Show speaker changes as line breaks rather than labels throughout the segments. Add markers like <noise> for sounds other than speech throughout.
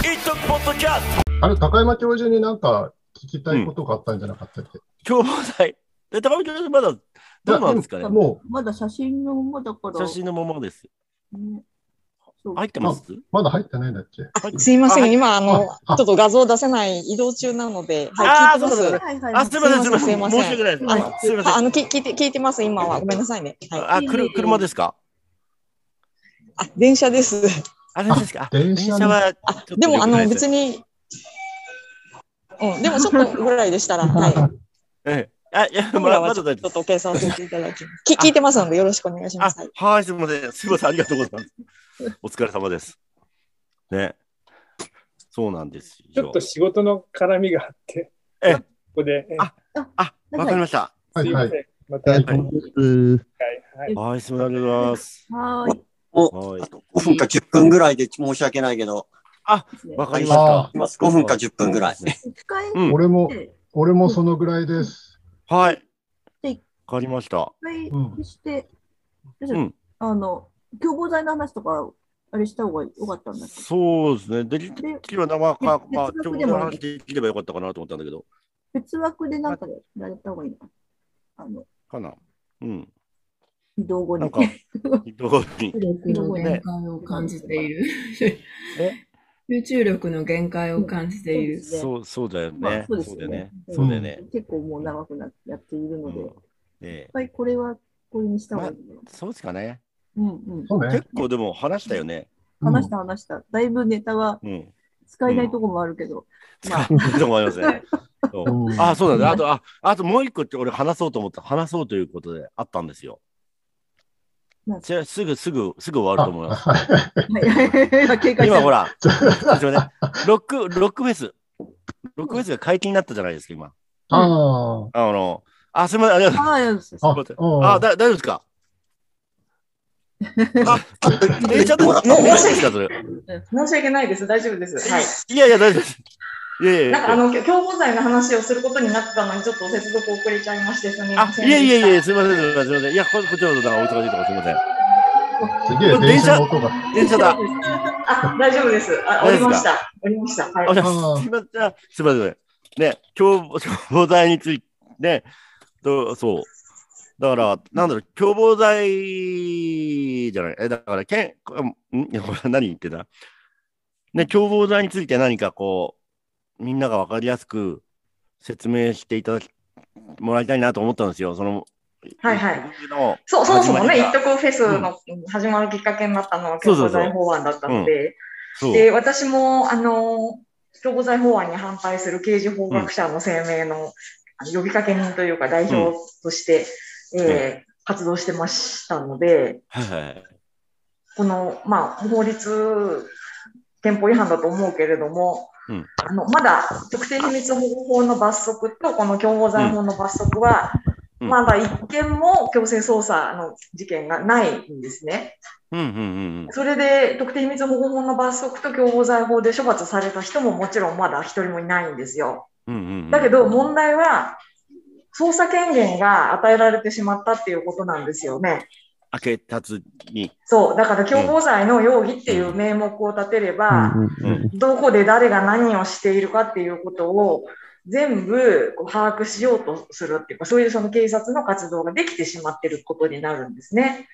TikTok ポッドキャスト
あれ、高山教授になんか聞きたいことがあったんじゃなかったっけ、
共謀罪。で、高見教授まだ、どうなんですかね
いやもう、
まだ写真のままだから。
写真のままです。
ねそう
入ってます
まだ入ってないんだっけ
入って
すいませ
あ
ん、今、あの
あ、
ちょっと画像出せない移動中なので、
あー
はい、聞いてま
そうだ
す。
はいはい
あ、すみません、すみませ
すい
ん。
ま
申
せん
し訳ないです。あすみません
あ。あの、き聞いて、聞いてます、今は。ごめんなさいね。はい。
あ、くる車ですか
あ、電車です。
あれですか
あ電
電
車
車は、
あ、でも、あの、別
に。
に、うん、でもちょっとぐらい
<laughs>
でしたら、はい。
ええあ、いや、
カメ
ま
ラ
だ、ま
は
だ
ちょ
大
っ
丈夫
と計算させていただきます。き聞いてますので、よろしくお願いします。はい
あ、はい、すみません。すみません、ありがとうございます。お疲れ様です。ね。そうなんです
ちょ
よ
っと。仕事の絡みがあって、
ええ
ここで、ええ
ああ、わかりました。
は
す
い
い
は
ま
い。
せん。また、
い
はい
はい、すみません、ありがとうございます。
はーい。
はい
あ。と5分か10分ぐらいで申し訳ないけど、
ですね
わかりました。
今5分か10分ぐらい。
一回
うん
俺も、
で
俺もそのぐらいです。
はい。
で
わかりました。
一
うん
回して、
うん
あの、共謀罪の話とか、あれした方がよかったんだっけ
そうですね。できできれば、まあ、かまあ、
別
ちょ
々
う
で
ど
も
話できればよかったかなと思ったんだけど。
別枠でなんかでやれた方がいいのあの、
かな。うん。
移動後
な
に
ん。か、どこに
<laughs> 集。力の限界を感じている。
え
集中力の限界を感じている。
そう、そうだよ
まあ
ね。
そうで
そ
す
うだよ
よ
ね
ね。
そうだよね。
結構もう長くなってやっているので、
うん
一
ええ
回これはこれにした方がいいの、
そうですかね。
うんうん。
そうね
結。構でも話したよね。
話した話した。だいぶネタは
うん。
使えないとこもあるけど、まあ
そうだと思いますね。そう
うん
あ、そうなんだ。あと、あ、あともう一個って俺話そうと思った。話そうということであったんですよ
な。ん
じゃあすぐ、すぐ、すぐ終わ
あ
ると思います。
はい
はい、警戒し
今ほ
ら。
ら、すいませんロック、ロックフェス。ロックフェスが解禁になったじゃないですか、今。
あ
あの、あ、すみません、ありがとう
ああ、そうです。
あ
ございます。
ああ
あ、だ、大丈夫ですかえ、ちょっと、
も
大丈
らった
夫ですか、それ。
申し訳ないです。大丈夫です。はい。
いやいや、大丈夫です。いやいやいや。
の、共謀罪の話をすることになったのに、ちょっと接続遅れちゃいまして、すみ
あ、いやいやいや、すみません、すみません、すみません。いや、ここっちのことだからお忙しいとかすみません。
あ、すげえ、電車の音が。
電車だ。
あ、大丈夫です。あ
大丈夫です
た。降りました。は
あ、じゃ
あ
あ、
ー
すみませんあ、すみません。ね、共謀、共謀罪について、ね、と、そう。だから、なんだろう、共謀罪じゃない、え、だから、けん、んいやこれ何言ってたね、共謀罪について何かこう、みんながわかりやすく説明していただき、もらいたいなと思ったんですよ。その、
はいはい
僕の
そう、そもそも
始まり
ね、一
が
徳フェスの始まるきっかけになったのは、
そうそう
共
そ
謀
う
罪法案だったので、
そう。
で、私も、あの、共謀罪法案に反対する刑事法学者の声明のあの呼びかけ人というか、代表として、えー活動してましたので、
はいはいはい。
この、まあ、法律、憲法違反だと思うけれども、
うん
あのまだ特定秘密保護法の罰則とこの共謀罪法の罰則は、
うん
まだ一件も強制捜査の事件がないんですね。
うんうんうんうん。
それで特定秘密保護法の罰則と共謀罪法で処罰された人ももちろんまだ一人もいないんですよ。
うんうんうん、
だけど問題は捜査権限が与えられてしまったっていうことなんですよね。
明けたつに、
そう、だから共謀罪の容疑っていう名目を立てれば、どこで誰が何をしているかっていうことを全部こう把握しようとするっていうか、そういうその警察の活動ができてしまってることになるんですね。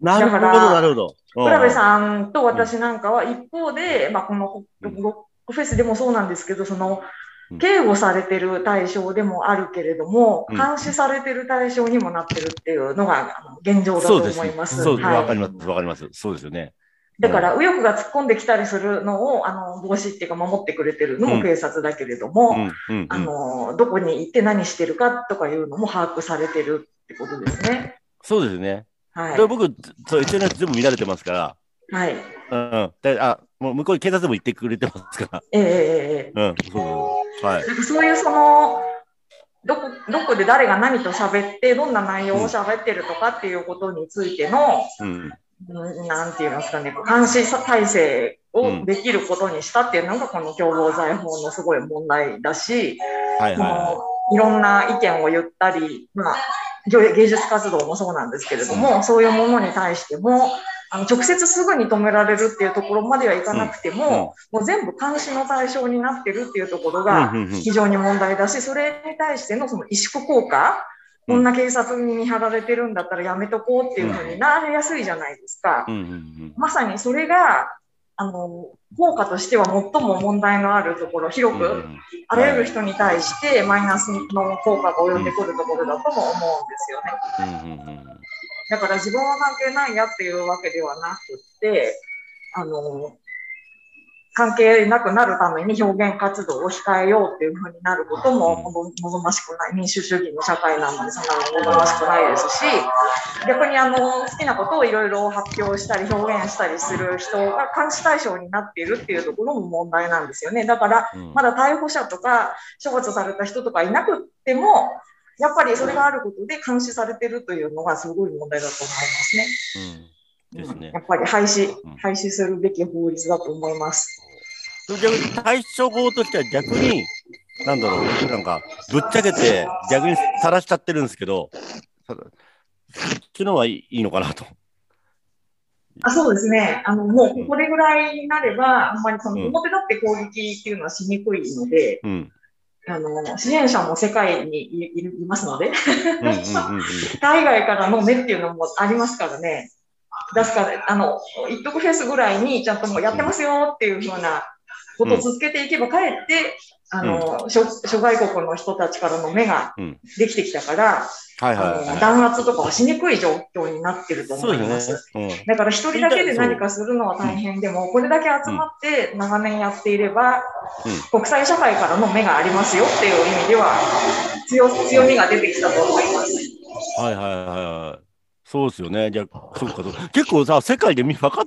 なるほど、
だから
なるほど。
浦部
ん。
さんと私なんかは一方で、まあ、この
うん
ロックフェスでもそうなんですけど、その
うん
警護されてる対象でもあるけれども、
うん
監視されてる対象にもなってるっていうのがあの現状だと
そうです
思い
ね。
ます。
そう、わ、か
は
り
い、
ます、わかります。そうですよね。
だから、右翼が突っ込んできたりするのをあの防止っていうか、守ってくれてるの
うん
も警察だけれども、
うん、うん、うん。
あのどこに行って何してるかとかいうのも把握されてるってことですね。
そうですね。
はい
で、僕、そう、SNS 全部見られてますか
はい、
ら。うん、うん。で、あ、もう向こうに警察でも行ってくれてますか
ええええええ
ら。うん、そうそうそう。はい。
なんかそういうそのどこどこで誰が何と喋ってどんな内容を喋ってるとかっていうことについての、
うん。
うん、なんていうんですかね監視体制をできることにしたっていうのがこの共謀罪法のすごい問題だし、
はい、はい、
そ
は
のいろんな意見を言ったり、まあ、芸芸術活動もそうなんですけれども、そういうものに対しても
あの直接すぐに止められるっていうところまではいかなくても、
うん
もう全部監視の対象になってるっていうところが
うんうんうん
非常に問題だし、それに対してのその萎縮効
う
果、
ん
こんな警察に見張られてるんだったらやめとこうっていうふうになりやすいじゃないですか
う。んうん
まさにそれが、あの、効果としては最も問題のあるところ、
う
広
ん
くあらゆる人に対してマイナスの効果が及んでくるところだとも思うんですよね。
うんうんうん
だから自分は関係ないやっていうわけではなくって、あの、関係なくなるために表現活動を控えようっていうふうになることも望望ましくない。民主主義の社会なのでそんなの望ましくないですし、逆にあの、好きなことをいろいろ発表したり表現したりする人が監視対象になっているっていうところも問題なんですよね。だから、
うん
まだ逮捕者とか処罰された人とかいなくっても、やっぱりそれがあることで監視されてるというのがすごい問題だと思いますね。
うんですね
や。っぱり廃止
うん、
廃止するべき法律だと思います。
それ逆に対処法としては逆に、なんだろう、なんか、ぶっちゃけて、逆にさらしちゃってるんですけど、ただそっちの方がいいのかなと。
あそうですね。あの、も
うん
う、これぐらいになれば、あんまりそ
うん
の、表立って攻撃っていうのはしにくいので、
うん。
あの、支援者も世界にいいるいますので、
うんうんうんうん。
海外からの目っていうのもありますからね。ですから、あの、一徳フェスぐらいにちゃんともうやってますよっていうふうなことを続けていけば、かえって、あの、諸諸外国の人たちからの目が
うん
できてきたから、
はいはい
あの
は
弾圧とかはしにくい状況になってると
い。
思
そ
いうま。
ですすね。うん。
だから一人だけで何かするのは大変でも、これだけ集まって長年やっていれば、
うん
国際社会からの目がありますよっていう意味では強、強みが出てきたと思います。
はいはいはいはい。そうですよね。じゃあ、そうかそうか。 <laughs> 結構さ、世界で見わかっ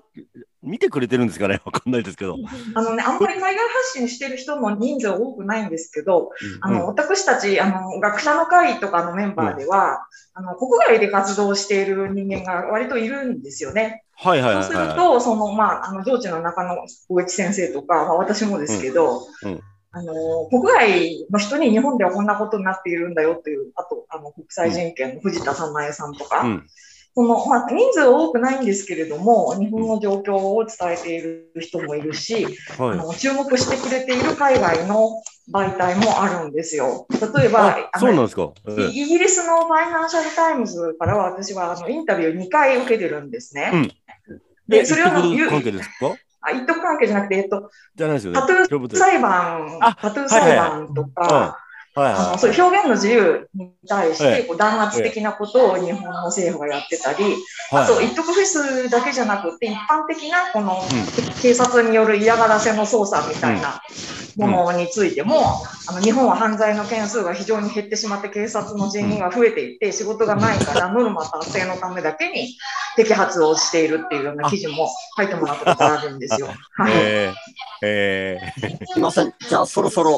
見てくれてるんですかね。わかんないですけど。
あのね、あんまり海外発信してる人の人数は多くないんですけど、あの、
うん
私たち、あの、学者の会とかのメンバーでは、あの、国外で活動している人間が割といるんですよね。
はいはい
そう
はい
する
は
と、その、まあ、あの、上智の中の大市先生とか、まあ、私もですけど、
うんうん
あの、国外の人に日本ではこんなことになっているんだよっていう、あと、あの、国際人権の藤田早苗さんとか、
い。うん。
その、まあ、人数は多くないんですけれども、日本の状況を伝えている人もいるし、あ
はい。
の注目してくれている海外の媒体もあるんですよ。例えば、
あそうなん
の
ですか。え
イイギリスのファイナンシャル・タイムズからは私はあのインタビュー2回受けてるんですね。
うんえ
で、それはあの
一徳
ゆ
関係ですか
あ一徳関係じゃなくて、えっと、
じゃないですよね。
タトゥ
そういうこと
ー
です
裁判
あ、
タトゥー
はいはい
裁判と
うん。は
か、
いはい
あ
は
の
い。
そういう表現の自由に対し
ええ
てこう弾圧的なことを日本の政府がやってたり、あと、
はい
一徳フェスだけじゃなくて、一般的なこの
う
警察による嫌がらせの捜査みたいなものについても、あの日本は犯罪の件数が非常に減ってしまって、警察の人員が増えていって、仕事がないから、ノルマ達成のためだけに摘発をしているっていうような記事も書いてもらったことがあるんですよ。はい
えー、えー、
すいません。じゃあ、そろそろ。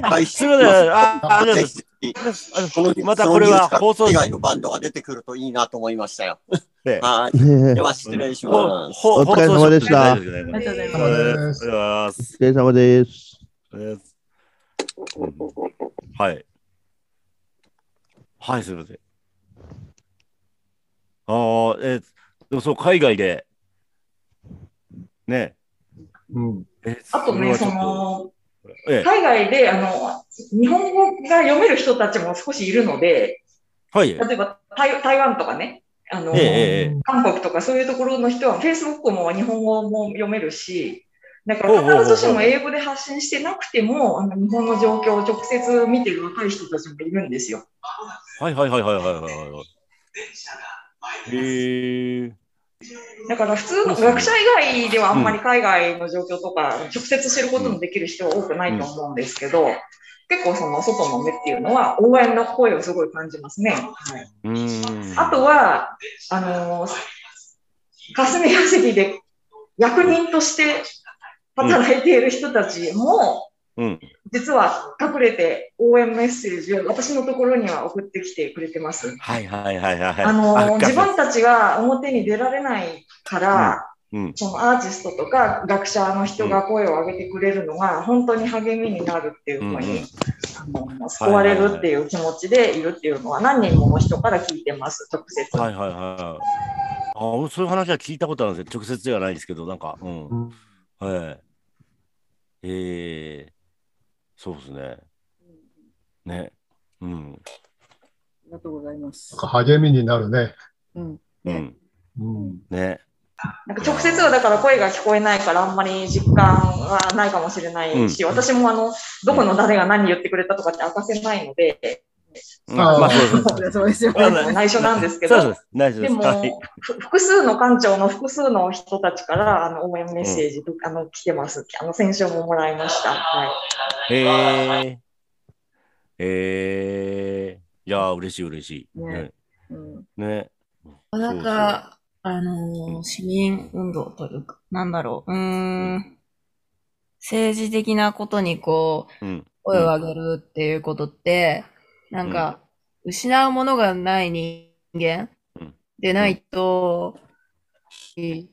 開始
すみません。あ、あありがとうござい
ぜ
ます。
ひ、
ありがとうございます
この
またこれは放送
以
時
外のバンドが出てくるといいなと思いましたよ。
で、
はい。では、失礼し
ほ
ます。
ほ
お疲れ様でした
放送時間
りがとうござい
大
ます。
丈夫ですかねありがとうござ
お疲れ様
います。
です。
ありがとうございますうんはい。はい、すみません。ああ、えー、でもそう、海外で、ね、
うん。
え
あとね、そ
れはちょっ
の、
とええ
海外で、あの、日本語が読める人たちも少しいるので、
はい、え
例えば台台湾とかね、あの、
ええええ
韓国とかそういうところの人は、Facebook も日本語も読めるし、だか
ほうほうほうほ
ら
う
必ずしも英語で発信してなくても、あの日本の状況を直接見てる若い人たちもいるんですよ。
はいはいはいはいはいはいはいはい。ええ
だから普通
そう
の
そう
学者以外ではあんまり海外の状況とか、直接知ることのできる人は多くないと思うんですけど、結構その外の目っていうのは応援の声をすごい感じますね。はい
うん。
あとは、あのー霞が関で役人として働いている人たちも、
うん
実は隠れて応援メッセージを私のところには送ってきてくれてます。
はいはいはいはいはい。
あのー自
ガチ
分たちが表に出られないから、
うんうん
そのアーティストとか学者の人が声を上げてくれるのが本当に励みになるっていうふう
うんうん
に、あの救われるっていう気持ちでいるっていうのは何人もの人から聞いてます、直接。
はいはいはあそういう話は聞いたことあるんですよ。直接ではないんですけど、なんか、うん。
うん
はい。えー、そうですね。ね。うん。
りがとうございます。
励みになるね。
うん。
うん。
うん。
ね。
なんか直接はだから声が聞こえないからあんまり実感はないかもしれないし、
うん
私もあの、どこの誰が何言ってくれたとかって明かせないので、
うん
あー
まあ、そうです。
そりゃそうですよ
まあね
ね。
内緒なんですけ
そう、
ど
です。大丈夫
で
です。
も、
はい。
ふ複数の館長の複数の人たちからあの応援メッセージ、あの来てます。あの先週ももらいました。はい、
へえ。へえ。いやー、嬉しい、嬉しい。
ね
ね。
うん。
ね。
なんか、あのー市民運動というか、なんだろう、うーん、政治的なことにこう、
うん。
声を上げるっていうことって、なんか、失うものがない人間
うん
でないと、いい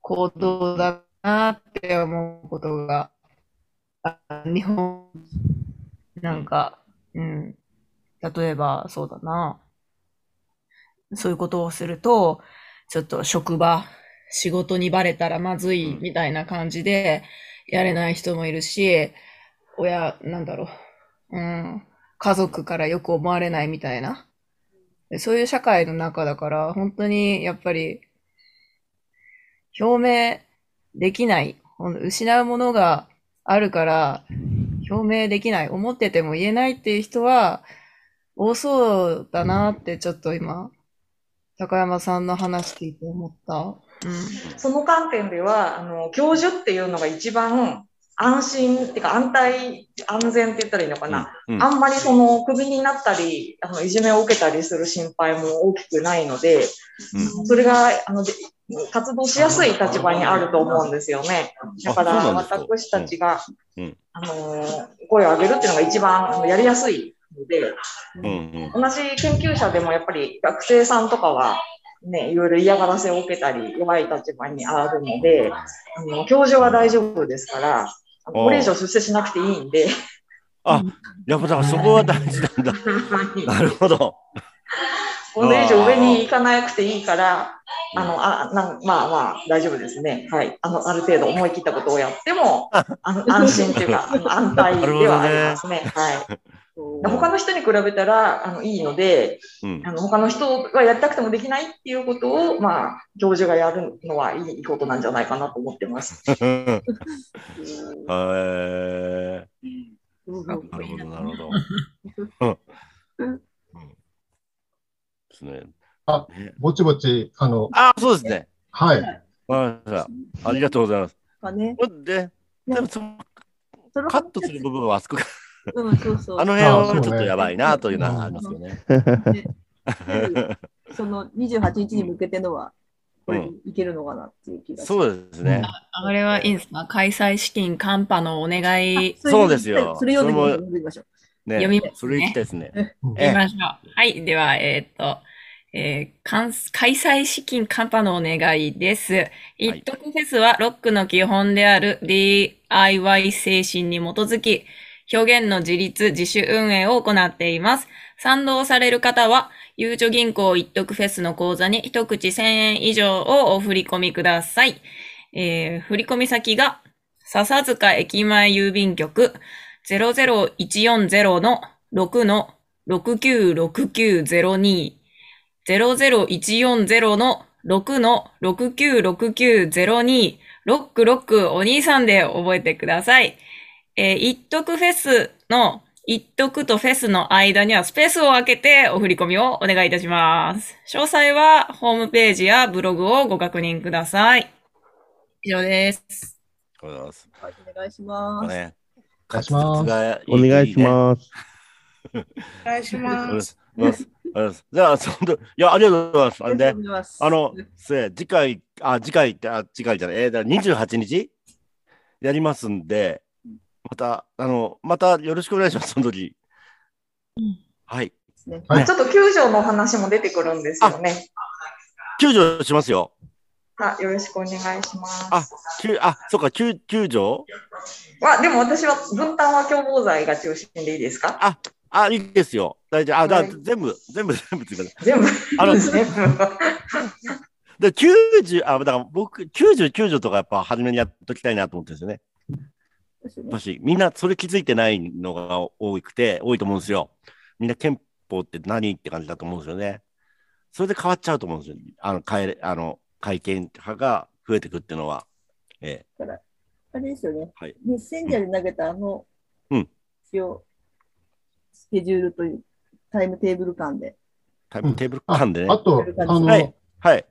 行動だなって思うことが、あ日本、なんか、うん、例えばそうだな、そういうことをすると、ちょっと職場、仕事にバレたらまずいみたいな感じで、やれない人もいるし、親、なんだろう、うん、家族からよく思われないみたいな。でそういう社会の中だから、本当にやっぱり、表明できない、ほん失うものがあるから、表明できない、思ってても言えないっていう人は、多そうだなって、ちょっと今、高山さんの話聞いて思った。
その観点では、あの教授っていうのが一番安心、っていうか安泰、安全って言ったらいいのかな。
うん。
あんまりそのクビになったり、あのいじめを受けたりする心配も大きくないので、それがあので活動しやすい立場にあると思うんですよね。だから
あそうなんですか
私たちが、
うんうん
あのー声を上げるっていうのが一番あのやりやすいので、
うん。うん。
同じ研究者でもやっぱり学生さんとかは、ね、いろいろ嫌がらせを受けたり、弱い立場にあるので、あの教授は大丈夫ですから、あのこれ以上出世しなくていいんで、
あ、やっぱだからそこは大事なんだ。なるほど。
これ以上上に行かなくていいから、あの、あ、なん、まあまあ、大丈夫ですね。はい。あの、ある程度思い切ったことをやって <laughs> も、あの安心っていうか、あの安泰ではありますね。はい。で他の人に比べたら、あの、いいので、
うん
あ。の、他の人がやりたくてもできないっていうことを、まあ、教授がやるのはいいことなんじゃないかなと思ってます。
へ
そう
ーな
そ
る
う
ほど、なるほど。うんうんですね。
あ
ね
ぼちぼち、あの、
あ、そうですね。
はい。
わかりました。ありがとうございます。
かね。
で、でもその
その
カットする部分はあそこか
うん、そうそう。
あの辺はちょっとやばいなというのはありますよね。
ねその28日に向けてのは、これいけるのかなっていう気がう
そうですね。
あれはいいんですか開催資金カンパのお願い
そうですよ
それ読んでみま
そ
しょう読んでみましょう。
ね
読みますね
それ行きたいですね。
うん
ええ
行きましょう。はい。では、えーっと、えー関開催資金カンパのお願いです。一徳フェスはロックの基本である DIY 精神に基づき、表現の自立、自主運営を行っています。賛同される方は、ゆうちょ銀行一徳フェスの口座に一口1000円以上をお振り込みください。えー振込先が、笹塚駅前郵便局00140の6の696902 00140の6の696902ロックロックお兄さんで覚えてください。えー一徳フェスの一徳とフェスの間にはスペースを空けてお振り込みをお願いいたします。詳細はホームページやブログをご確認ください。以上です。
お願いします。
はいお願いします。
ね、
お願いします
滑舌
お
が
願いし
す。
ます。
お願いし
う
ま
ん
す。
お願いしますじゃあ、そのいや、ありがとうございます。あ
あ
の
りが
ね
とう、ございます
あの、せ次回、あ、次回って、あ、次回じゃない、えー、だから28日やりますんで、また、あの、またよろしくお願いします、その時。はい。
ですね
はい
ちょっと救助の話も出てくるんですよね。
救助しますよ。
あよろしくお願いします。
あ救あ、そうか、救救助
わでも私は分担は共謀罪が中心でいいですか
あ、いいですよ。大丈夫。あ、だ、
はい
全部、全部、全部って言うか
全部。
あの
全部
で、90、あ、だから僕、99条とかやっぱ初めにやっときたいなと思ってるんですよね。
ですね
やっぱし、みんなそれ気づいてないのが多くて、多いと思うんですよ。みんな憲法って何って感じだと思うんですよね。それで変わっちゃうと思うんですよ。あの、変えれ、あの、改憲派が増えてくっていうのは。ええ。
あれですよね。
はい
メッセンジャーで投げたあの、
うん
一応、スケジュールというタイムテーブル感で。
タイムテーブル感でね。
あと、あの、
はいはい。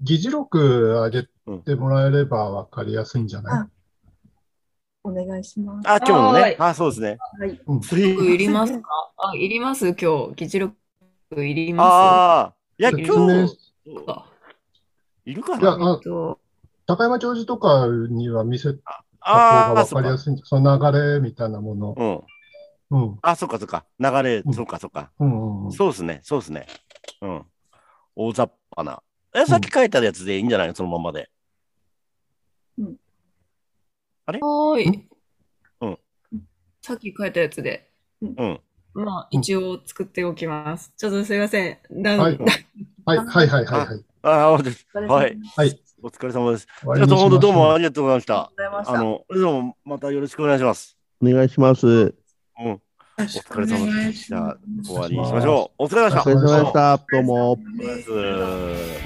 議事録上げてもらえればわかりやすいんじゃない、
お願いします。
あ、今日の
は
ね
い。
あ、そうですね。
はい。
スリー
いりますかあ、いります今日。議事録いりま
ああ。いや、
説明
今日
し、
すか
いるか
いや、
な
あ
と、
高山教授とかには見せた
あ
方が
あ、
わ
そ
か
っ
りや
か。
すいんじゃその流れみたいなもの。
うん。
うん。
あ、そっかそっか。流れ
う、ん
そっかそっか。
うんうん。
そうですね、そうですね。うん。大雑把な。え、さっき書いたやつでいいんじゃないのそのままで。
はーい。
うん。
さっき書いたやつで。
うん。
まあ、一応作っておきます。ちょっとすいません。だん
はい。はい、はい、はい、はいはい。
ああ、です
お疲れ
は
様
い
です
はい。
お疲れ様です。
終わり
じゃあ、ど
にし
うも
まし
どう
ょ
も
う。
ありがとうございまし
あ
た。
りがとうございました。
あの、どうもまたよろしくお願いします。
お願いします。
うん。お
お
疲れ様です。じゃあ、終わりにしまし
お願いします
ょう。お疲れ様で
お
した。
疲れ様でした。どうも。
お疲れ様です。